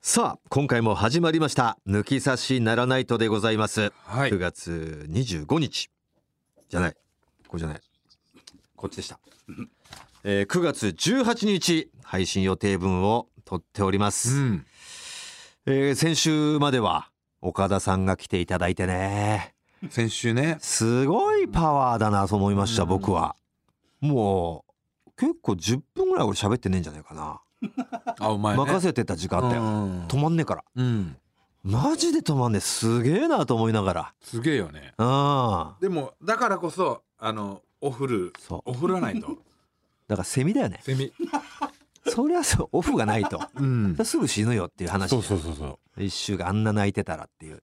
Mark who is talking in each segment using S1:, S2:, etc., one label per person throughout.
S1: さあ今回も始まりました「抜き差しならないと」でございます、
S2: は
S1: 9月25日じゃないここじゃないこっちでした、えー9月18日配信予定分を撮っております、
S2: うん。
S1: えー先週までは岡田さんが来ていただいてね
S2: 先週 ね。
S1: すごいパワーだなと思いました、
S2: うん
S1: 僕はもう結構10分ぐらい俺喋ってねえんじゃないかな、
S2: あ、お前、ね。
S1: 任
S2: せ
S1: せてた時間
S2: あ
S1: あったよ、
S2: よ
S1: 止まんねえから
S2: うん。
S1: マジで止まんねえすげえなと思いなが
S2: すげえよね。
S1: らうん
S2: でも、だからこそ、あの、おふる。
S1: そう
S2: おふらないと。
S1: だからセミだよね
S2: セミ。
S1: そりゃそうオフがないと
S2: うん。
S1: すぐ死ぬよっていう話
S2: そうそうそうそう。
S1: 一週間あんな泣いてたらっていうう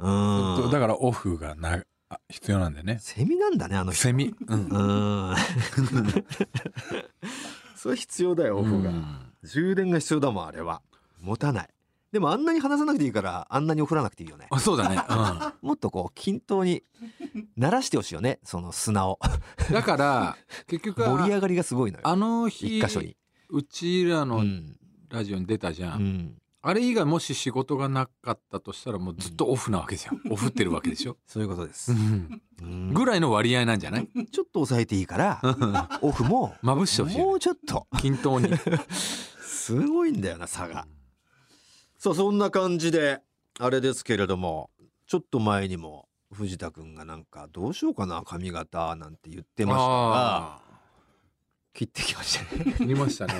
S2: とだ
S1: ん
S2: からオフがなあ必要なんでね。
S1: セミなんだねあの人
S2: セミ。うん
S1: う。ん それ必要だよオフが、
S2: うん
S1: 充電が必要だもんあれは持たないでもあんなに話さなくていいからあんなに怒らなくていいよね
S2: あ、そうだね。う
S1: もっとこう均等に鳴らしてほしいよねその砂を
S2: ん。 だから、結局は
S1: 盛り上がりがすごいのよ
S2: あの
S1: 一
S2: 日、
S1: 箇所に
S2: うちら
S1: う
S2: の
S1: ん、
S2: ラジオに出たじ
S1: う
S2: ゃん。
S1: ん、
S2: あれ以外もし仕事がなかったとしたら、もうずっとオフなわけですよ。オフってるわけでしょ。
S1: そういうことです、うん
S2: ぐらいの割合なんじゃない
S1: ちょっと抑えていい からオフも
S2: まぶしてほしいよね
S1: もうちょっと
S2: 均等に。
S1: すごいんだよな差がさあそんな感じであれですけれどもちょっと前にも藤田君がなんかどうしようかな髪型なんて言ってましたが
S2: あ
S1: 切ってきましたね
S2: あ、切りま したね。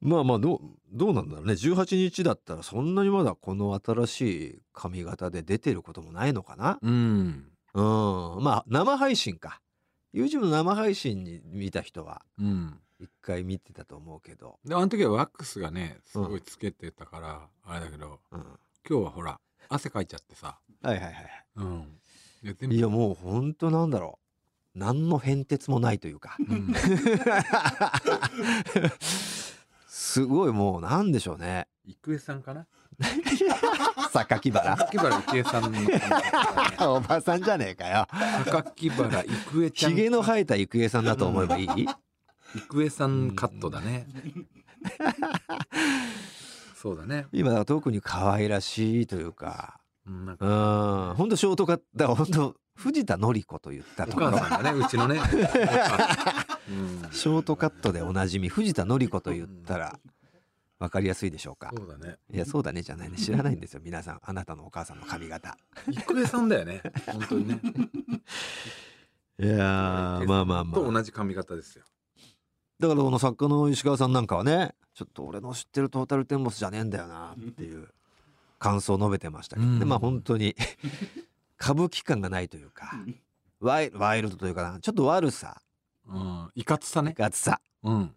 S1: まあまあどうどうなんだろうね18日だったらそんなにまだこの新しい髪型で出てることもないのかな
S2: うん。
S1: うんまあ生配信か YouTube の生配信に見た人は
S2: うん。
S1: 一回見てたと思うけど、
S2: で、あの時はワックスがね、すごいつけてたから、あれだけど、
S1: うん、
S2: 今日はほら、汗かいちゃってさ。
S1: はいはいはい
S2: うん。いや、全
S1: い
S2: 部。
S1: やもうほんとなんだろう何の変哲もないというか
S2: うん
S1: すごいもうなんでしょう ね
S2: 郁恵さんかな。
S1: 榊原
S2: 榊原郁恵さんの。
S1: おばさんじゃねえかよ
S2: 榊原郁恵ちゃん。
S1: ひげの生えた郁恵さんだと思えばいい
S2: 郁恵さんカットだね。そうだね。
S1: 今だから特に可愛らしいというか
S2: うんなんか
S1: うんほんとショートカットだからほんと藤田紀子と言った
S2: お
S1: とこ
S2: 母
S1: ろ
S2: さんがね、うちの ね。うん
S1: ショートカットでおなじみ藤田紀子と言ったら分かりやすいでしょうか
S2: そうだね。
S1: いやそうだねじゃないね知らないんですよ皆さんあなたのお母さんの髪型
S2: 郁恵さんだよね。 本当にね。
S1: いやーまあまあま
S2: と
S1: あ
S2: 同じ髪型ですよ。
S1: だからこの作家の石川さんなんかはねちょっと俺の知ってるトータルテンボスじゃねえんだよなっていう感想を述べてましたけどね、
S2: うん
S1: まあ本当に歌舞伎感がないというかワイワイルドというかなちょっと悪さ
S2: うん。いかつさね。
S1: ガツさ
S2: うん。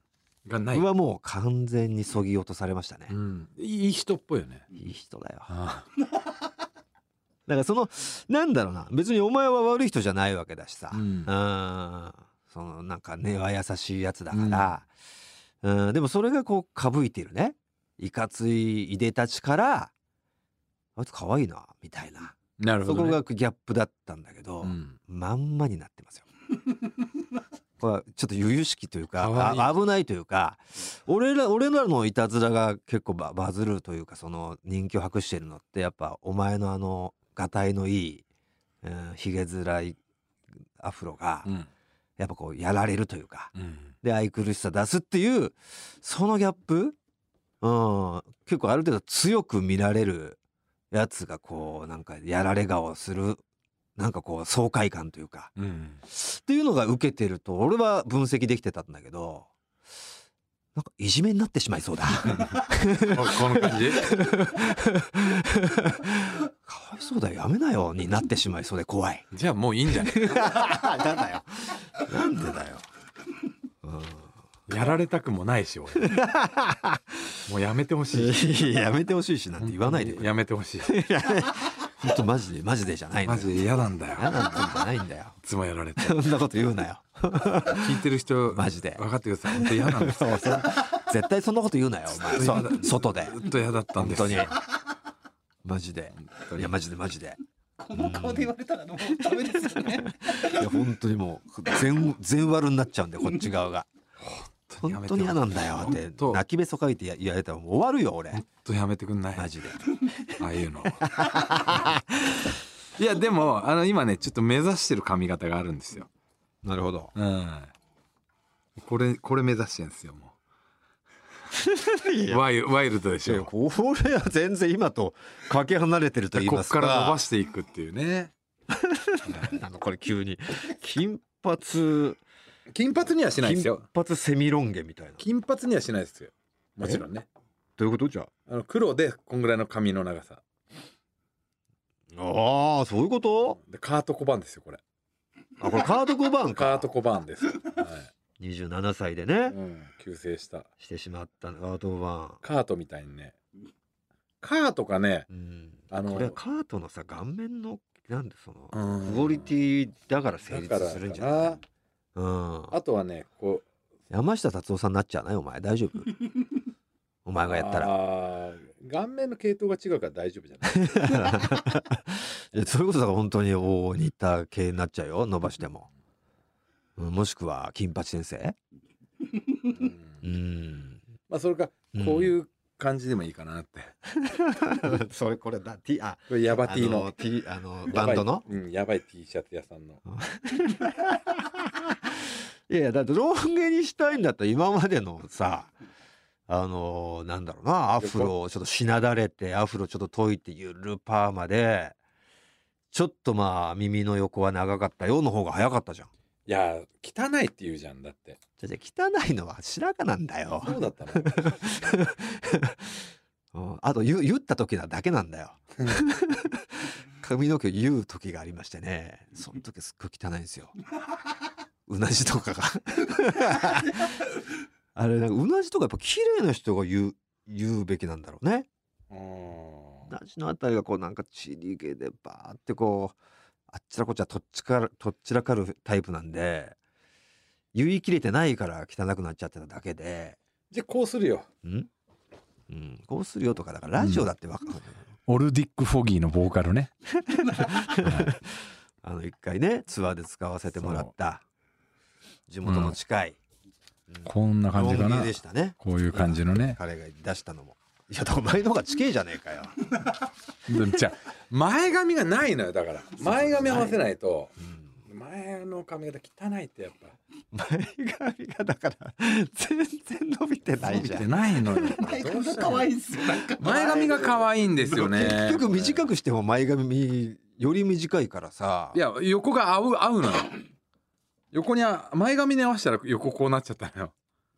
S2: がない。
S1: はもう完全にそぎ落とされましたね
S2: う、ん。いい人っぽいよね。
S1: いい人だよ
S2: あ
S1: だからそのなんだろうな別にお前は悪い人じゃないわけだしさ、
S2: あ。う。
S1: うんんそのなんか根は優しいやつだから、うん、でもそれがこうかぶいてるねいかついいでたちからあいつ可愛いなみたいな
S2: なるほ
S1: そ
S2: ど
S1: こ
S2: ね。
S1: がギャップだったんだけど、
S2: うん。
S1: まんまになってますよ。 これはちょっと由々しきというか
S2: 可愛い
S1: あ危ないというか俺ら俺らのいたずらが結構ババズるというかその人気を博してるのってやっぱお前のあのがたいのいい、うん、ひげ面いアフロが
S2: うん。
S1: やっぱこうやられるというか
S2: うん。
S1: で愛くるしさ出すっていうそのギャップ、うん、結構ある程度強く見られるやつがこうなんかやられ顔するなんかこう爽快感というか
S2: うん。
S1: っていうのが受けてると俺は分析できてたんだけどなんかいじめになってしまいそうだ
S2: ここの感じ。
S1: かわいそうだよやめなよになってしまいそうで怖い。
S2: じゃあもういいんじゃない。
S1: なんだよなんでだ よ、
S2: やられたくもない し、俺。もうやめてほし
S1: う
S2: い。
S1: ん、やめてほしいしなんて 言わないでくれ
S2: やめて ほしい。
S1: ほんとマジでマジでじゃないの
S2: マジで嫌なんだよ。
S1: 嫌なんてんじゃないんだよ
S2: いつもやられ て。
S1: そんなこと言うなよ
S2: 聞いてる人、
S1: マジで
S2: 分かってください。本当嫌なんで す。
S1: そうそう絶対そんなこと言うなよお前そ
S2: ずっ
S1: 外
S2: と嫌だ
S1: で
S2: ずっと嫌だったん
S1: 本
S2: です。
S1: 当にマジでいやマジでマジで
S3: この顔で言われたらもうダメですよね。
S1: いや本当にもう全全悪になっちゃうんでこっち側が
S2: 当にや
S1: 本
S2: めて
S1: 当に嫌なんだよって
S2: 本当
S1: 泣きべそかいてや言われたらもう終わるよ俺
S2: 本当やめてくんない
S1: マジで
S2: ああいうのいやでもあの今ねちょっと目指してる髪型があるんですよ
S1: なるほど
S2: うんこれこれ目指してるんですよも
S1: いうや
S2: ワイルワイルドでしょ
S1: これは全然今とかけ離れてると言い
S2: こ
S1: ま
S2: っ
S1: すか
S2: から伸ばしていくっていうね
S1: 何なのこれ急に金髪
S2: 金髪にはしないです
S1: 金
S2: よ
S1: 髪セミロン毛みたいな
S2: 金髪にはしないですよもちろんね
S1: どういうことじゃ
S2: あの黒でこんぐらいの髪の長さ
S1: ああーそういうこと
S2: でカート小判ですよこれ
S1: あこれカート5番か
S2: カート小判です、は
S1: 27歳で
S2: い
S1: ね
S2: うん、急成した
S1: してしまったカート5番
S2: カートみたいにねカートかね
S1: うん
S2: あの
S1: これはカートのさ顔面のなんでその
S2: うん
S1: クオリティだから成立するんじゃな
S2: だ
S1: いうん
S2: あとはねこう
S1: 山下達郎さんになっちゃわないお前大 丈夫お前がやったら
S2: ら顔面の系統が違うから大丈夫じゃない
S1: いやそれこそだから本当におー似た系になっちゃうよ伸ばしても、うん、もしくは金八先生
S2: うん
S1: うん
S2: まあそれかこういう感じでもいいかなって
S1: うん それこれだ T あ
S2: これヤバ
S1: あ
S2: T の
S1: の T あのバンドの
S2: やばいうんやばい T シャツ屋さんの
S1: いやいやだってロン毛にしたいんだったら今までのさあのーなんだろうなアフロをちょっとしなだれてアフロちょっと解いてゆるパーマでちょっとまあ耳の横は長かったよの方が早かったじゃん。
S2: いや汚いって言うじゃんだって
S1: じゃじゃ汚いのは白髪なんだよ。
S2: そう だったの
S1: うんあと言う言った時なだけなんだよ。髪の毛言う時がありましてねその時すっごい汚いんですよ。うなじと かが。あれなんかうなじとかやっぱ綺麗な人が言う言うべきなんだろうね。
S2: うん
S1: うなじのあたりがこうなんかちりげでバーってこうあっちらこっちらとっちからとっちらかるタイプなんで言い切れてないから汚くなっちゃってただけで。
S2: じゃあこうするよ
S1: んうん、こうするよとかだからラジオだってわかる、
S2: オルディック・フォギーのボーカルね
S1: あの一回ねツアーで使わせてもらった地元の近い、
S2: こんな
S1: ロン毛でしたね
S2: こういう感じのね
S1: 彼が出したのもいやだからお前の方が近いじゃねえかよ、
S2: でもじゃあ前髪がないのよだから前髪合わせないと
S1: うん
S2: 前の髪型汚いってやっぱ
S1: 前髪がだから全然伸びてないじゃん
S2: ないのよ
S3: 前髪が可愛いですよ。なんか
S2: 前髪が可愛いんですよね
S1: 結局短くしても前髪より短いからさ
S2: いや横が合う合うのよ横にあ前髪に合わせたら横こうなっちゃったのよ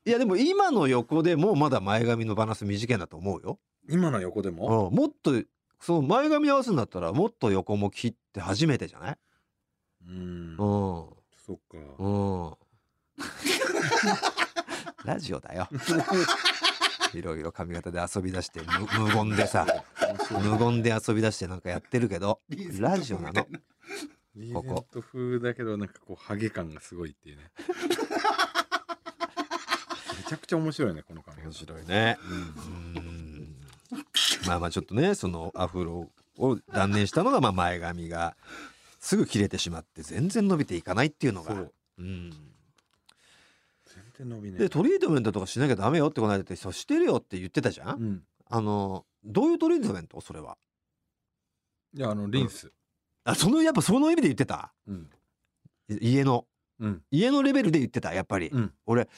S1: いやでも今の横でもまだ前髪のバランス短いんだと思うよ
S2: 今の横でも
S1: うん、もっとその前髪合わせんだったらもっと横も切って初めてじゃない、
S2: うん
S1: うん
S2: そっか
S1: うん、 ラジオだよいろいろ髪型で遊び出して無無言でさ無言で遊び出してなんかやってるけどラジオなの
S2: リ
S1: こ
S2: ーゼント風だけどなんかこうハゲ感がすごい っていうねめちゃくちゃ面白いねこの髪型
S1: 白いねうんまあまあちょっとねそのアフロを断念したのがまあ前髪がすぐ切れてしまって全然伸びていかないっていうのが
S2: そう
S1: うん
S2: 全然伸びねえ
S1: でトリートメントとかしなきゃダメよってこの間ってそうしてるよって言ってたじゃん、
S2: うん
S1: あのどういうトリートメントそれはい
S2: やあのリンス
S1: あそのやっぱその意味で言ってた
S2: うん
S1: い家の
S2: うん
S1: 家のレベルで言ってたやっぱり、
S2: うん
S1: 俺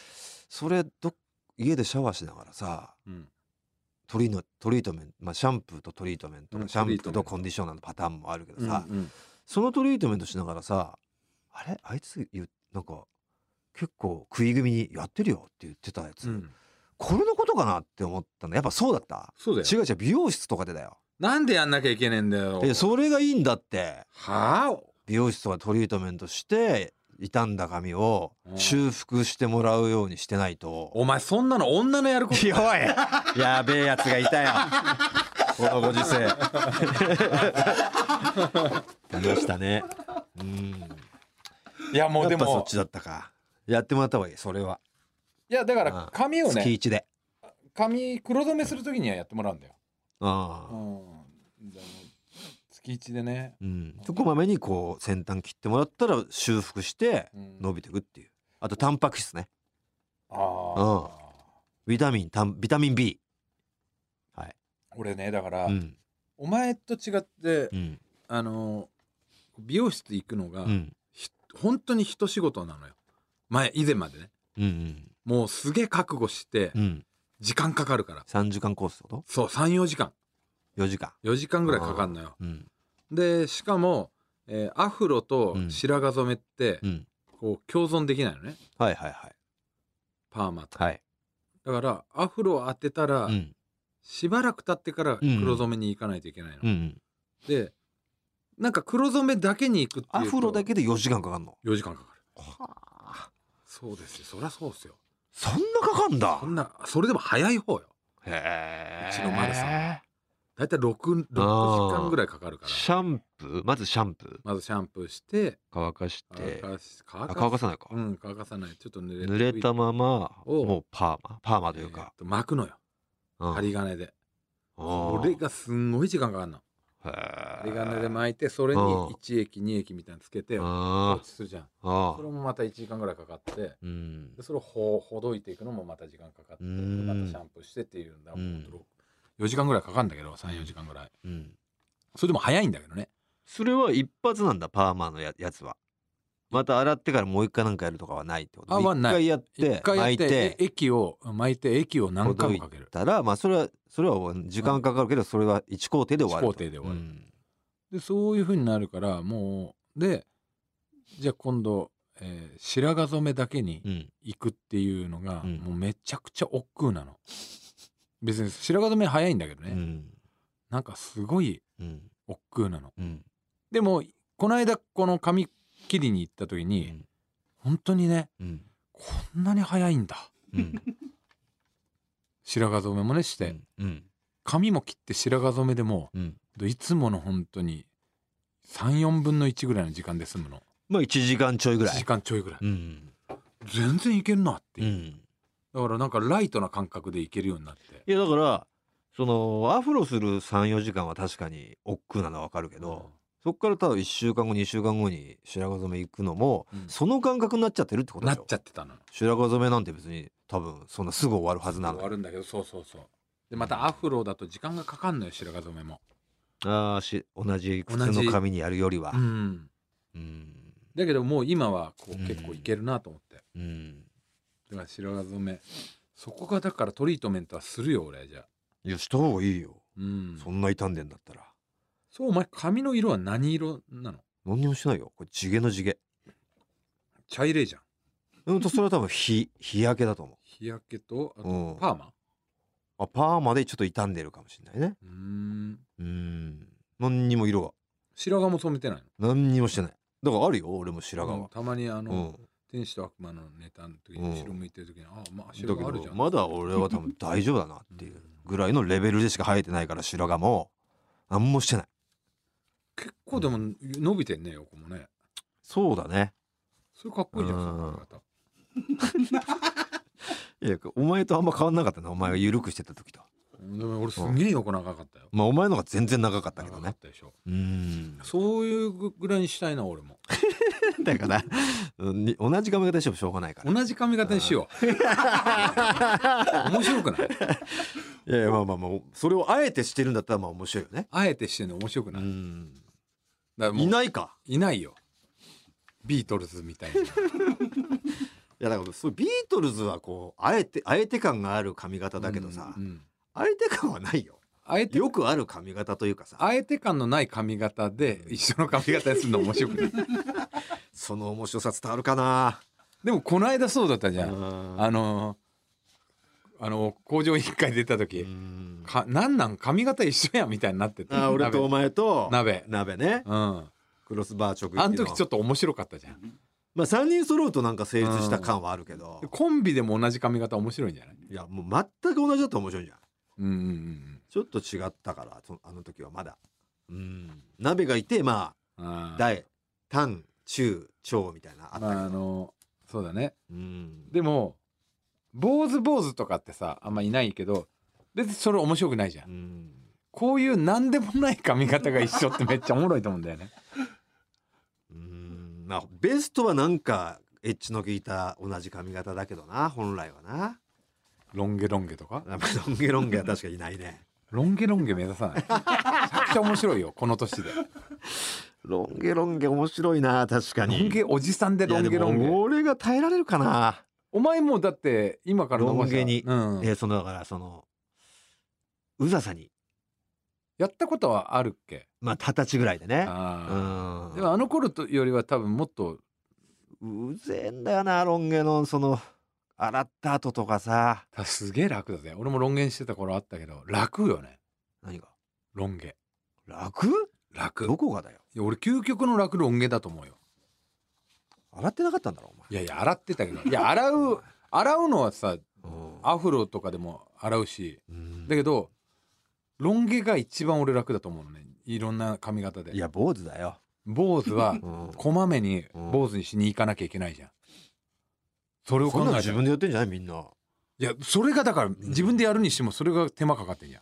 S1: それど家でシャワーしながらさ
S2: うん
S1: トリのトリートメント、まあ、シャンプーとトリートメント、
S2: うん
S1: シャンプ
S2: トリート
S1: ー
S2: メン
S1: と
S2: ト
S1: コンディショナーのパターンもあるけど
S2: うん
S1: さ、
S2: うん
S1: そのトリートメントしながらさあれあいつ言うなんか結構食い気味にやってるよって言ってたやつ、
S2: うん
S1: これのことかなって思ったのやっぱそうだった
S2: そうだよ
S1: 違う違う美容室とかでだよ
S2: なんでやんなきゃいけねえんだよ
S1: えそれがいいんだって
S2: はあ
S1: 美容室とかトリートメントして傷んだ髪を
S2: うん
S1: 修復してもらうようにしてないと、
S2: お前そんなの女のやること
S1: いやおいやべえやつがいたよこのご時世 いましたねうん
S2: いやもう
S1: や
S2: で
S1: っぱそっ
S2: も
S1: ちだったかやってもらった方がいいそれはい
S2: やだか
S1: うん
S2: ら髪を
S1: 月
S2: ね
S1: 一で
S2: 髪黒染めするときにはやってもらうんだよ
S1: あ
S2: う
S1: あ
S2: んでも月一でね
S1: うんこまめにこう先端切ってもらったら修復して
S2: うん
S1: 伸びてくっていうあとタンパク質ね
S4: ああ。
S1: ビタミンたんビタミン B はい
S2: 俺ねだから、
S1: うん
S2: お前と違って、
S1: うん
S2: あの美容室行くのが、
S1: うん
S2: ひ本当に一仕事なのよ前以前までね
S1: うんうん
S2: もうすげえ覚悟して
S1: うん
S2: 時間かかるから
S1: 3時間コースってこ
S2: そう34時間
S1: と4時間
S2: 4時間ぐらいかかんのよ
S1: うん
S2: でしかも、えーアフロと白髪染めって、
S1: うん
S2: こう共存できないのね
S1: はいはいはい
S2: パーマと
S1: はい
S2: だからアフロを当てたら、
S1: うん
S2: しばらく経ってから黒染めに行かないといけないの、
S1: うんうん
S2: でなんか黒染めだけに行くってい
S1: ア
S2: うと
S1: フロだけで4時間かかんの
S2: 4時間かかる
S1: はあ
S2: そうですよそりゃそうですよ
S1: そんなかかんだ
S2: そんなそれでも早い方よ
S1: へえ
S2: うちの丸さん
S4: へ
S2: だいたい 6, 時間ぐらいかかるから
S1: シャンプーまずシャンプー
S2: まずシャンプーして
S1: 乾かして
S2: 乾かし乾
S1: あ
S2: か
S1: 乾かさないか
S2: うん乾かさないちょっと濡れ
S1: 濡れたまま
S2: お
S1: もうパーマパーマという
S2: えーっ
S1: か
S2: と巻くのよ
S1: うん
S2: 針金で
S1: あ
S2: こ
S1: ー
S2: れがすんごい時間かかるの
S1: へ
S2: 針金で
S1: え
S2: 巻いてそれに
S1: うん
S2: 1液2液みたいなのつけて放
S1: あ
S2: 置するじゃん
S1: ーあ
S2: それ
S1: ー
S2: もまた1時間ぐらいかかって
S1: うん
S2: でそれをほほどいていくのもまた時間かかって
S1: うん
S2: またシャンプーしてっていうんだ
S1: うん
S2: 4時間ぐらいかかるんだけど34時間ぐらい
S1: うん
S2: それでも早いんだけどね
S1: それは一発なんだパーマのややつはまた洗ってからもう一回なんかやるとかはないってこと
S2: あは
S1: 一
S2: ない
S1: 回やっ
S2: 一
S1: て
S2: 回や
S1: 巻
S2: っ
S1: い
S2: て
S1: て
S2: え液を巻いて液を何回もかける
S1: たらまあそれはそれは時間かかるけどそれは一工程で終わる
S2: 一工程で終わる
S1: うん
S2: でそういうふうになるからもうでじゃあ今度、えー白髪染めだけに
S1: うん
S2: 行くっていうのが、
S1: うん
S2: もうめちゃくちゃ億劫なの別に白髪染め早いんだけどね、
S1: うん
S2: なんかすごい
S1: うん
S2: 億劫なの
S1: うん
S2: でもこの間この髪切りに行った
S1: う
S2: 時に、
S1: ん
S2: 本当にね
S1: うん
S2: こんなに早いんだ
S1: うん
S2: 白髪染めもねして、
S1: うん
S2: 髪も切って白髪染めでも
S1: うん
S2: ういつもの本当に34分の1ぐらいの時間で済むの
S1: まあ一時間ちょいぐら
S2: 1時
S1: い
S2: 間ちょいぐらい、
S1: うん
S2: 全然いけるなって
S1: う
S2: いう、
S1: ん
S2: だからなんかライトな感覚でいけるようになって
S1: いやだからそのアフロする34時間は確かに億劫なのはわかるけど、そっから多分1週間後2週間後に白髪染め行くのも、
S2: うん
S1: その感覚になっちゃってるってことで
S2: な
S1: し
S2: っ
S1: ょ
S2: ちゃってたの
S1: 白髪染めなんて別に多分そんなすぐ終わるはずなの
S2: 終わ
S1: よ
S2: るんだけどそうそうそうでまたアフロだと時間がかかんのよ白髪染めも
S1: あーし同じ普
S2: 同
S1: 通
S2: じ
S1: の髪にやるよりは
S2: うん
S1: うん
S2: だけどもう今はこう
S1: うん
S2: 結構いけるなと思って、
S1: うん
S2: だから白髪染めそこがだからトリートメントはするよ俺じゃあ
S1: いやした方がいいよ、
S2: うん
S1: そんな傷んでんだったら
S2: そうお前髪の色は何色なの
S1: 何にもしないよこれ地毛の地毛
S2: 茶色いじゃ
S1: う
S2: ん
S1: んとそれは多分 日日焼けだと思
S2: 日焼けとあ
S1: う、う
S2: と
S1: ん、
S2: パーマ
S1: あパーマでちょっと傷んでるかもしれないね
S2: うーん
S1: うん何にも色が
S2: 白髪も染めてない
S1: 何にもしてないだからあるよ俺も白
S2: の
S1: 髪
S2: うん
S1: は
S2: たまにあ
S1: う
S2: の、
S1: ん、
S2: 天使と悪魔のネタの時
S1: うん
S2: に後ろ向いてる時に、ああまあ
S1: だ
S2: 白
S1: け
S2: があるじ
S1: ど
S2: ゃん
S1: まだ俺は多分大丈夫だなっていうぐらいのレベルでしか生えてないから白髪も何もしてない
S2: 結構でも伸びてんね横もね
S1: そうだね
S2: それかっこいいじゃん
S1: うん
S2: その髪型
S1: いやお前とあんま変わんなかったなお前が緩くしてた時と
S2: でも俺すげえ横長かったよ
S1: まあお前のが全然長かったけど
S2: 長か
S1: ね
S2: ったでしょ
S1: うん
S2: そういうぐらいにしたいな俺も
S1: だからうんに同じ髪型してもしょうがないから
S2: 同じ髪型にしよ う面白くない
S1: いやいやまあまあまあそれをあえてしてるんだったらまあ面白いよね
S2: あえてしてんの面白く
S1: う
S2: ないだか
S1: ん
S2: らもう
S1: いないか
S2: いないよビートルズみたいない
S1: やだからそうビートルズはこうあえてあえて感がある髪型だけどさ、
S2: うんうん
S1: あえて感はないよ
S2: あえて
S1: よくある髪型というかさ
S2: あえて感のない髪型で一緒の髪型にするの面白 くない
S1: その面白さ伝わるかな
S2: でもこの間そうだったじゃん
S1: あ
S2: あのーあの工場委員会出た時、
S1: うん
S2: かなんなん髪型一緒やみたいになってて
S1: あ俺とお前と
S2: 鍋
S1: 鍋ね
S2: うんあ
S1: クロスバー直撃
S2: の時ちょ
S1: っと
S2: っと面白かったじゃん
S1: まあ3人揃うとなんか成立した感はあるけど
S2: でコンビでも同じ髪型面白いんじゃない
S1: いやもう全く同じだと面白いじゃん
S2: うんうんうん
S1: ちょっと違ったからそあの時はまだうん鍋がいてま
S2: あ
S1: あ
S2: ー
S1: 大短中長みたいなあったけど、
S2: まああのそうだね
S1: うん
S2: でも坊主坊主とかってさあんまいないけど別にそれ面白くないじゃ
S1: うんん
S2: こういう何でもない髪型が一 緒ってめっちゃおもろいと思うんだよね
S1: うーんまあベストはなんかエッジの効いた同じ髪型だけどな本来はな
S2: ロンゲロンゲとか
S1: やっぱロンゲロンゲは確かにいないね
S2: ロンゲロンゲ目指さないめちゃくちゃ面白いよこの年で
S1: ロンゲロンゲ面白いな確か
S2: ロ
S1: に
S2: ンゲおじさんで
S1: い
S2: ロ
S1: や
S2: ン
S1: で
S2: ゲロン
S1: も
S2: ゲ
S1: 俺が耐えられるかな、
S2: お前もうだって今から伸ばしたら
S1: ロンゲに
S2: うん
S1: えそのだからそのうざさに
S2: やったことはあるっけ
S1: まあ二十歳ぐらいでねう
S2: あ
S1: ん
S2: ーでもあの頃とよりは多分もっと
S1: うぜえんだよなロン毛のその洗った後とかさ
S2: たすげえ楽だぜ俺もロンゲにしてた頃あったけど楽よね
S1: 何が
S2: ロンゲ
S1: 楽
S2: 楽
S1: どこがだよ
S2: いや俺究極の楽ロン毛だと思うよ
S1: 洗ってなかったんだろお
S2: いやいや洗ってたけどいや洗う洗うのはさ
S1: 前うん
S2: アフロとかでも洗うし
S1: うん
S2: だけどロン毛が一番俺楽だと思うのねいろんな髪型で
S1: いや坊主だよ、
S2: 坊主は
S1: うん
S2: こまめに
S1: うん
S2: 坊主にしに行かなきゃいけないじゃんそれを
S1: そ
S2: 考
S1: んなの
S2: えた
S1: 自
S2: ら
S1: 分でやってんじゃないみんな
S2: いやそれがだから自分でやるにしてもそれが手間かかってんじ
S1: あ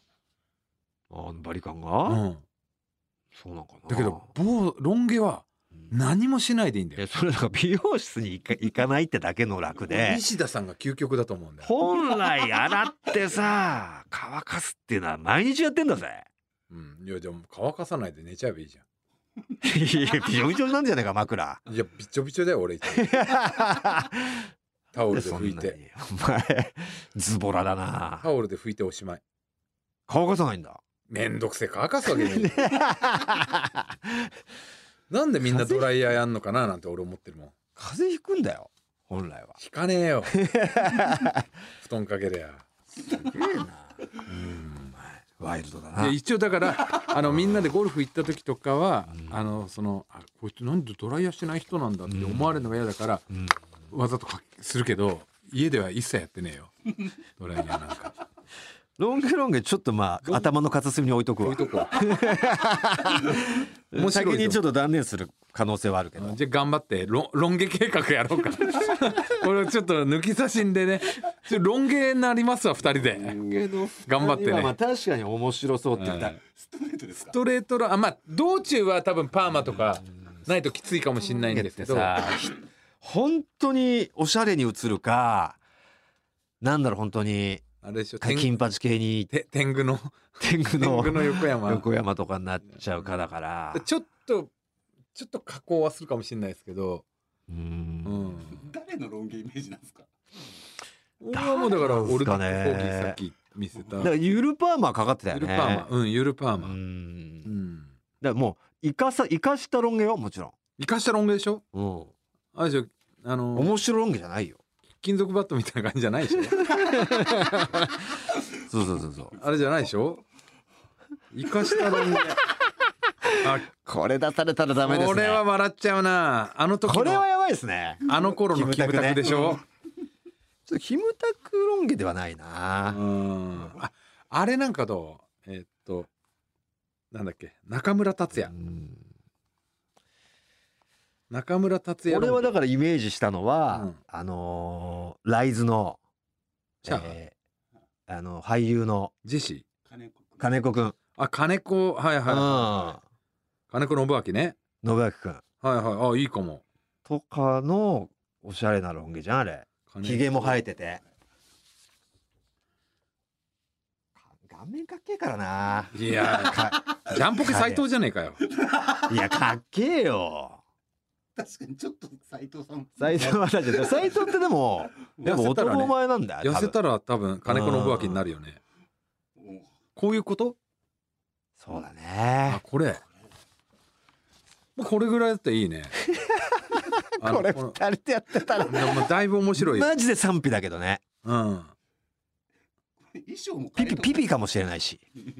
S1: バリカン
S2: ゃ
S1: が、
S2: ん、うん、
S1: そうなのかな
S2: だけど坊ロン毛は
S1: うん
S2: 何もしないでいいんだ
S1: いや
S2: よ
S1: それだから美容室に行か行かないってだけの楽で
S2: 西田さんが究極だと思うんだよ、
S1: 本来洗ってさ乾かすっていうのは毎日やってんだ ぜ
S2: うん、いやでも乾かさないで寝ちゃえばいいじゃ
S1: いやびちょびちょなんじゃないか 枕
S2: んいやびちょびちょだよ俺いつも タオルで
S1: そん
S2: 拭
S1: ないに
S2: て
S1: お前ズボラだな
S2: タオルで拭いておしまい
S1: 乾かさないんだ
S2: めんどくせえ乾かすわけねえじゃんなんでみんなドライヤーやんのかななんて俺思ってるもん
S1: 風邪ひくんだよ本来は
S2: 引かねえ よ布団かけりゃ
S1: ワイルドだ
S2: で
S1: な
S2: 一応だからあのみんなでゴルフ行った時とかは、
S1: うん
S2: あのそのあこいつなんでドライヤーしてない人なんだって思われるのが嫌だから、
S1: うん
S2: わざとかけするけど家では一切やってねえよドライヤーなんか
S1: ロンゲロンゲちょっとまあ頭の片隅に置いとく
S2: こう
S1: わ
S2: いうとこ は面白い
S1: 先
S2: と思う
S1: にちょっと断念する可能性はあるけど
S2: じゃあ頑張ってロンロン毛計画や ろうかこれちょっと抜き差しんでねちょロン毛になりますわ二人で頑張ってね
S1: まあ確かに面白そうって言った
S2: うんストレートロンあまあ道中は多分パーマとかないときついかもしれないんですけど
S1: さひ本当におしゃれに映るかなんだろう本当に
S2: あれでしょ天
S1: 金八系に
S2: て天 狗の
S1: 天狗
S2: 天
S1: の
S2: 狗の横山
S1: 横山とかになっちゃうかだから
S2: ちょっとちょっと加工はするかもしれないですけど、
S1: う
S2: うんん、
S5: 誰のロン毛イメージなんですか
S2: 俺はもうだから
S1: どうなんす
S2: 俺
S1: かね
S2: だってコーギーさっき見せた
S1: だからゆるパーマかかってたよ
S2: ゆ
S1: ね
S2: るパーマうんゆるパーマ、
S1: う
S2: うん
S1: んだか
S2: うん、
S1: らもう生かさ生かしたロン毛よもちろ
S2: 生かしたロン毛でしょ
S1: ん、うん、
S2: あれでしょあの
S1: 面白いロン毛じゃないよ
S2: 金属バットみたいな感じじゃないでしょ
S1: そうそうそうそう
S2: あれじゃないでしょ生かしたロ ン毛あ
S1: これ出されたらダメですね
S2: これは笑っちゃうなあの時
S1: これは
S2: の
S1: やばいですね
S2: あの頃のキムタクでしょ、
S1: ちょっとキムタクロン毛ではないな、
S2: うんああれなんかどうえーっとなんだっけ中村達
S1: う
S2: 也
S1: ん
S2: 中村達也
S1: 俺はだかららイメージしたのは、
S2: うん
S1: あのーライズの、
S2: シャア
S1: ーあの俳優の
S2: ジェシー
S5: 金子君
S1: 金子くん、
S2: あ金子はいはい、金子信明ね
S1: うん、信明くん
S2: はいはいあいいかも
S1: とかのおしゃれなロン毛じゃんあれ
S2: 金
S1: ひげも生えててか顔面かっけえからない
S2: や
S1: か
S2: ージャンポケ斎藤じゃねえかよ
S1: いやかっけえよ
S5: 確かにちょっと斎藤さん
S1: 斎藤はだ けど斎藤ってでもでも
S2: 痩せたらね
S1: 男前なんだよ
S2: 痩
S1: 多
S2: せ
S1: 分
S2: たら多分金子信明になるよね
S5: おう
S2: こういうこと
S1: そうだ
S2: あ
S1: ね
S2: これもうこれぐらいだったらい いねあの
S1: これ
S2: この
S1: 二人でやってたら
S2: でもだいぶ面白いよ
S1: マジで賛否だけどね
S2: うん
S5: 衣装も
S1: ピ
S5: 変え
S1: ピ
S5: た方
S1: ピ
S5: が
S1: ピかもしれないし
S5: 衣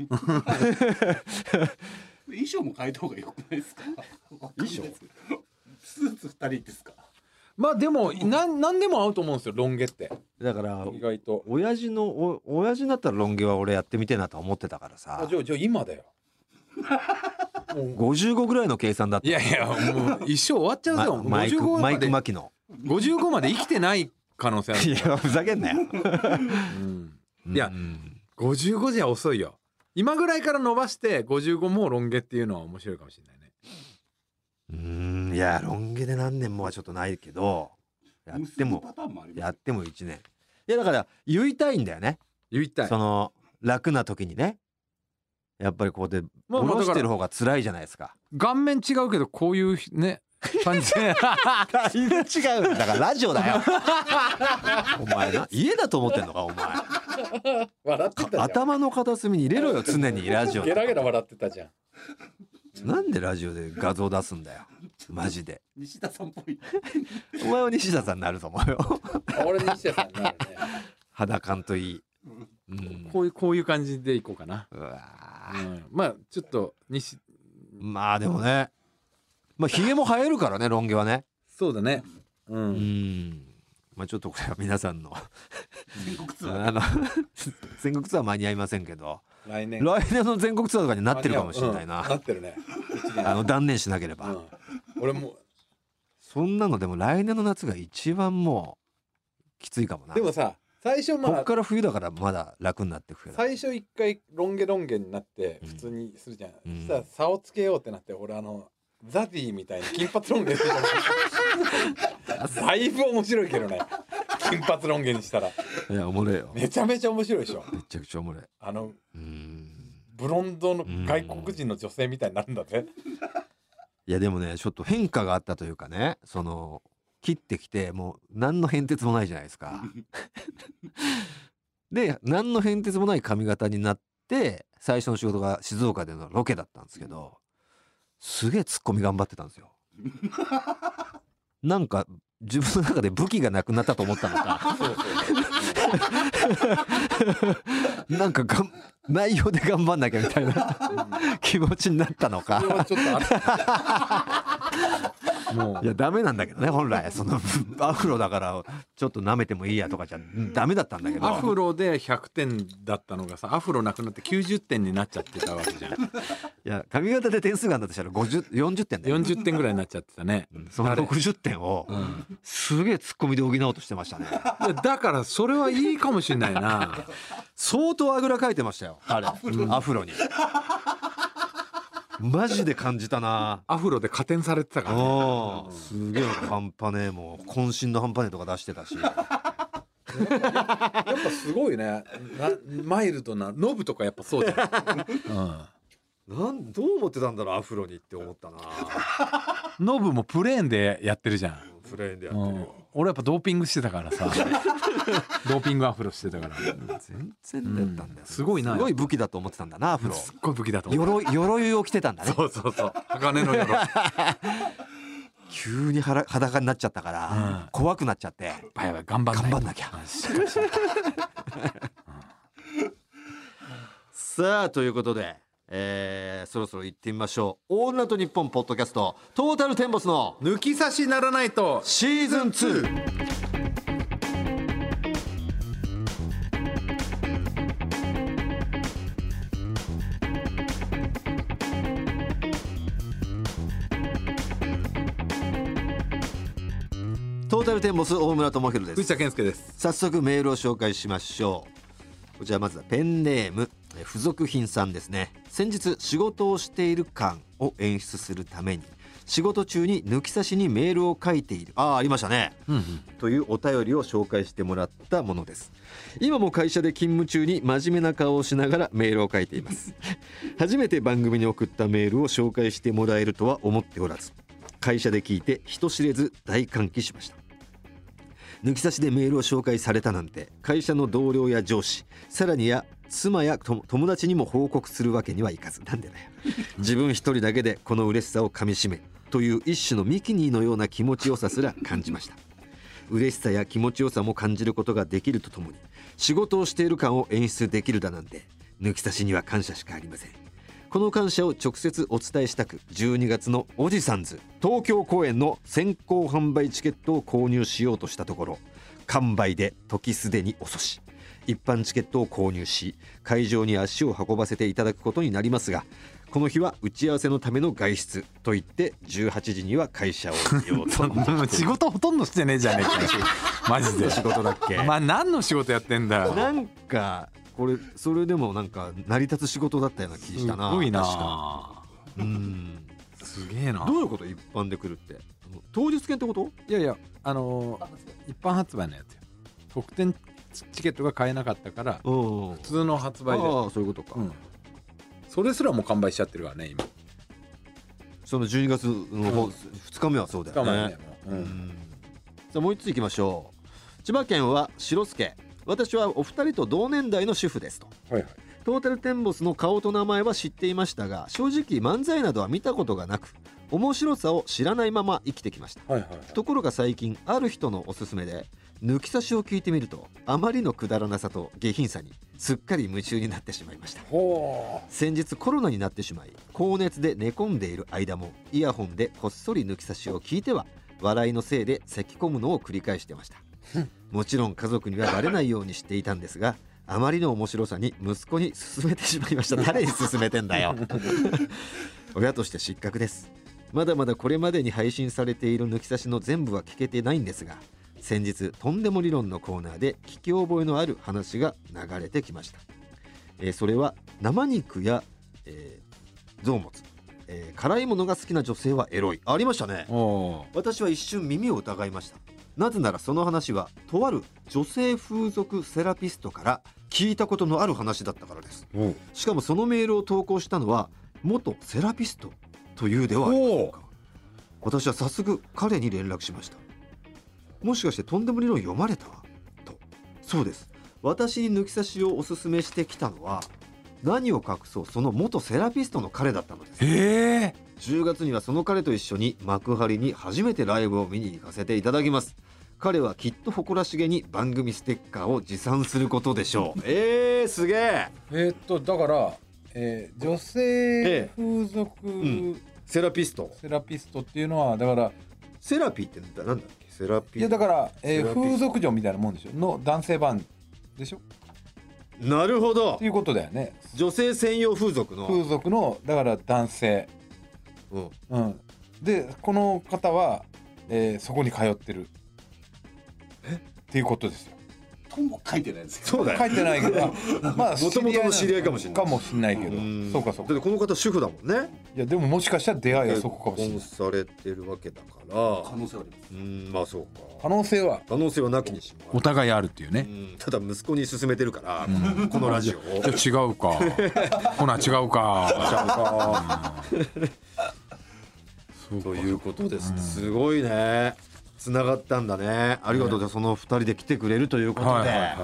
S5: 装も変えた方が良くないです かわかんないですけどスーツ二人ですか
S2: まあでもなんなんでも合うと思うんですよロン毛って
S1: だから
S2: 意外と
S1: 親父のお親父になったらロン毛は俺やってみてえなとは思ってたから
S2: あ
S1: さ
S2: じゃあじゃあ今だよもう
S1: 55ぐらいの計算だった
S2: いやいやもう一生終わっちゃう
S1: ま
S2: よ、
S1: マイク
S2: 55
S1: マ
S2: ま
S1: イク
S2: で
S1: マキの
S2: 55まで生きて ない可能性あ
S1: い
S2: る、
S1: やふざけんなよ
S2: うん、いや
S1: うん
S2: 55じゃ遅いよ今ぐらいから伸ばして55もロン毛っていうのは面白いかもしれないね
S1: うんいやロン毛で何年もはちょっとないけどやっても
S5: 結ぶパターンもあります
S1: やっても1年いやだから言いたいんだよね
S2: 言いたい
S1: その楽な時にねやっぱりこうで
S2: まあ
S1: 下
S2: まあ
S1: ろして
S2: だから
S1: る方が辛いじゃないですか。
S2: 顔面違うけどこういうね感じ
S1: だいぶ違うだからラジオだよ お前な家だと思ってんのかお前
S3: 笑ってたじゃん
S1: 頭の片隅に入れろよ常にラジオ
S3: ゲラゲラ笑ってたじゃん
S1: なんでラジオで画像出すんだよマジで
S5: 西田さんっぽい。
S1: お前は西田さんになると思うよ
S3: 俺西田さんになるね
S1: 肌感といい、うん、
S2: こういうこういう感じでいこうかな、
S1: うわー
S2: うん、まあちょっと西
S1: まあでもねまあひげも生えるからねロン毛はね
S2: そうだねう
S1: うんんまあちょっとこれは皆さんの
S5: 全国ツアー。
S1: あの全国ツアー間に合いませんけど
S3: 来年
S1: 来年の全国ツアーとかになってるかもしれない
S3: うんな
S1: な
S3: ってるね一年
S1: あの断念しなければ、
S3: うん俺も
S1: そんなのでも来年の夏が一番もうきついかもな
S3: でもさ最初
S1: こ
S3: ま
S1: っ
S3: あ
S1: から冬だからまだ楽になってくけど
S3: 最初一回ロン毛ロン毛になって
S1: うん
S3: 普通にするじゃん、
S1: うん
S3: そしたら差をつけようってなって俺あのザディみたいに金髪ロン毛にして ただいぶ面白いけどね金髪ロン毛にしたら
S1: いやおもれえよめ
S3: めちゃめちゃ面白いでしょ
S1: ちゃくちゃおもれえ
S3: あの
S1: うーん
S3: ブロンドの外国人の女性みたいになるんだ ぜ、
S1: いやでもねちょっと変化があったというかねその切ってきてもう何の変哲もないじゃないですか。で何の変哲もない髪型になって最初の仕事が静岡でのロケだったんですけどすげえツッコミ頑張ってたんですよ。なんか自分の中で武器がなくなったと思ったのか なんかがん内容で頑張んなきゃみたいな気持ちになったのか
S3: それはちょっとある
S2: も
S1: いやダメなんだけどね本来その アフロだからちょっと舐めてもいいやとかじゃダメだったんだけ
S2: う アフ
S1: ど
S2: ロで100点だったのがさアフロなくなって90点になっちゃってたわけじゃん
S1: いや髪型で点数があんだとしたら50 40点だよ、
S2: 40点ぐらいになっちゃってたね、
S1: うんその60点を
S2: うん、
S1: すげえツッコミで補おうとしてましたね
S2: いやだからそれはいいかもしれないな
S1: 相当あぐらかいてましたよあれアフロにマジで感じたな
S2: アフロで加点されてたから、ね、
S1: うんすげえ半端ねえもう渾身の半端ねえとか出してたし
S3: やっぱすごいねなマイルドなノブとかやっぱそうじゃん
S1: なんどう思ってたんだろうアフロにって思ったな
S2: うんノブもプレーンでやってるじゃん
S1: プレーンでや
S2: うん、俺やっぱドーピングしてたか らさドーピングアフロしてたからす
S1: 全然だったんだよ、
S2: うんすごいな
S1: すごい武器だと思ってたんだなアフロ
S2: っごい武器だと思う
S1: 鎧鎧を着てたんだね
S2: そうそうそう鋼の鎧
S1: 急に腹裸になっちゃったから、
S2: うん
S1: 怖くなっちゃって
S2: ばいばい頑張ん
S1: 頑張ん
S2: ない
S1: なきゃ
S2: うんしっかりしなきゃ
S1: さあということで、えーそろそろ行ってみましょう「オールナイトニッポン」ポッドキャストトータルテンボスの
S2: 抜き差しならないと
S1: シーズン 2! トータルテンボス大村智弘です
S2: 藤田健介です
S1: 早速メールを紹介しましょうこちらまずはペンネームえー付属品さんですね先日仕事をしている感を演出するために仕事中に抜き差しにメールを書いているああありましたね、というお便りを紹介してもらったものです今も会社で勤務中に真面目な顔をしながらメールを書いています 初めて番組に送ったメールを紹介してもらえるとは思っておらず会社で聞いて人知れず大歓喜しました抜き差しでメールを紹介されたなんて会社の同僚や上司さらにや妻やと友達にも報告するわけにはいかずなんでだよ自分一人だけでこの嬉しさをかみしめという一種のミキニーのような気持ちよさすら感じました嬉しさや気持ちよさも感じることができるとともに仕事をしている感を演出できるだなんて抜き差しには感謝しかありませんこの感謝を直接お伝えしたく12月のおじさんズ東京公演の先行販売チケットを購入しようとしたところ完売で時すでに遅し一般チケットを購入し会場に足を運ばせていただくことになりますがこの日は打ち合わせのための外出と言って18時には会社を出 ようと
S2: 仕事ほとんどしてねえじゃねえかよマジで
S1: 仕事だっけ
S2: まあ何の仕事やってんだよ
S1: なんかこれそれでもなんか成り立つ仕事だったような気
S2: す
S1: したな
S2: ごい
S1: 確か
S2: な
S1: うん
S2: すげえな
S1: どういうこと一般で来るって当日券ってこと
S3: いやいやあのー一般発売のやつよ特典チケットが買えなかったから
S1: うん
S3: 普通の発売で、
S1: ああそういうことか、
S3: うんそれすらもう完売しちゃってるからね今
S1: その12月の方、
S3: うん
S1: 2日目はそうだよ
S3: 捕まえ
S1: ね
S3: ねもう、う、
S1: うんんさあもう一ついきましょう千葉県は白助私はお二人と同年代の主婦ですと
S3: はいはい
S1: トータルテンボスの顔と名前は知っていましたが正直漫才などは見たことがなく面白さを知らないまま生きてきました
S3: はいはいはい
S1: ところが最近ある人のおすすめで抜き差しを聞いてみるとあまりのくだらなさと下品さにすっかり夢中になってしまいました
S3: ほ
S1: 先日コロナになってしまい高熱で寝込んでいる間もイヤホンでこっそり抜き差しを聞いては笑いのせいで咳き込むのを繰り返してましたもちろん家族にはバレないようにしていたんですがあまりの面白さに息子に勧めてしまいました誰に勧めてんだよ親として失格ですまだまだこれまでに配信されている抜き差しの全部は聞けてないんですが先日とんでも理論のコーナーで聞き覚えのある話が流れてきましたえーそれは生肉や、えー臓物、えー辛いものが好きな女性はエロいありましたね
S3: うお
S1: 私は一瞬耳を疑いましたなぜならその話はとある女性風俗セラピストから聞いたことのある話だったからです
S3: お
S1: しかもそのメールを投稿したのは元セラピストというではありませんか私は早速彼に連絡しましたもしかしてとんでも理論読まれたとそうです私に抜き差しをおすすめしてきたのは何を隠そうその元セラピストの彼だったのです
S2: ええ
S1: 10月にはその彼と一緒に幕張に初めてライブを見に行かせていただきます彼はきっと誇らしげに番組ステッカーを持参することでしょ うえー、すげえ
S3: えー、っとだから、えー女性風俗
S1: んセラピスト
S3: セラピストっていうのはだから
S1: セラピーってなんだなんだっけセラピー
S3: いやだから、えー
S1: セラピスト
S3: 風俗嬢みたいなもんでしょの男性版でしょっ
S1: なるほど
S3: ていうことだよね
S1: 女性専用風俗の、
S3: 風俗のだから男性、
S1: うん、
S3: うん、でこの方は、えーそこに通ってるっていうことですよ
S5: とも書いてないですけど
S1: そうだ
S3: 書
S1: よ
S3: いてないけ どまあ
S1: 元々の知り合いかもしれない
S3: かもしれないけど
S1: ん
S3: そうかそうか
S1: だってこの方主婦だもんね
S3: いやでももしかしたら出会いはそこかもしれない
S1: 結婚されてるわけだから
S5: 可能性はありま
S1: う
S5: す
S1: んまあそうか
S3: 可能性は
S1: 可能性はなきにし
S2: お
S1: もあ
S2: 互いあるっていう
S1: ら
S2: ね
S1: ずうんただ息子に勧めてるからこのラジオを
S2: じゃあ違 うかほな違 うか
S1: ということです、すごいねつながったんだねありがとう、じゃあその二人で来てくれるということで、
S2: はいはいは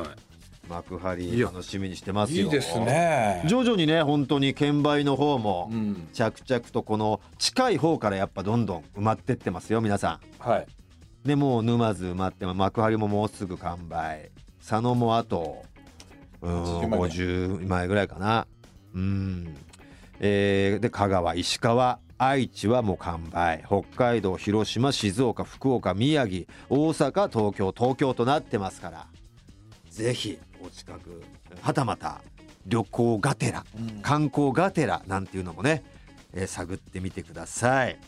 S1: 幕張楽しみにしてますよ
S3: いいですね
S1: 徐々にね本当に券売の方も
S3: うん
S1: 着々とこの近い方からやっぱどんどん埋まってってますよ皆さ
S3: はい
S1: んでもう沼津埋まってます幕張ももうすぐ完売佐野もあとうーん50枚ぐらいかなうんえーで香川石川愛知はもう完売北海道広島静岡福岡宮城大阪東京東京となってますからぜひお近くはたまた旅行がてら観光がてらなんていうのもね、えー探ってみてください。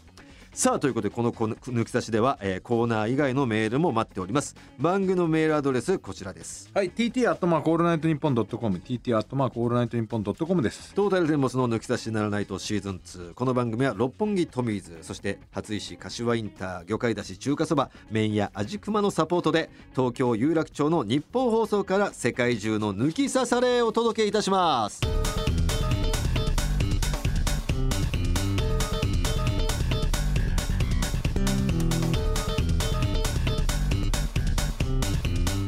S1: さあということでこのコーナ抜き差しでは、えーコーナー以外のメールも待っております番組のメールアドレスこちらです
S3: はい TT アットマークオールナイトニッポンドットコム TT アットマークオールナイトニッポンドットコムです
S1: トータルテンボスの抜き差しならないとシーズン2この番組は六本木トミーズそして初石柏インター魚介だし中華そば麺屋味熊のサポートで東京有楽町の日本放送から世界中の抜き差されをお届けいたします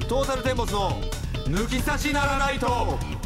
S1: トータルテンボスの抜き差しならないと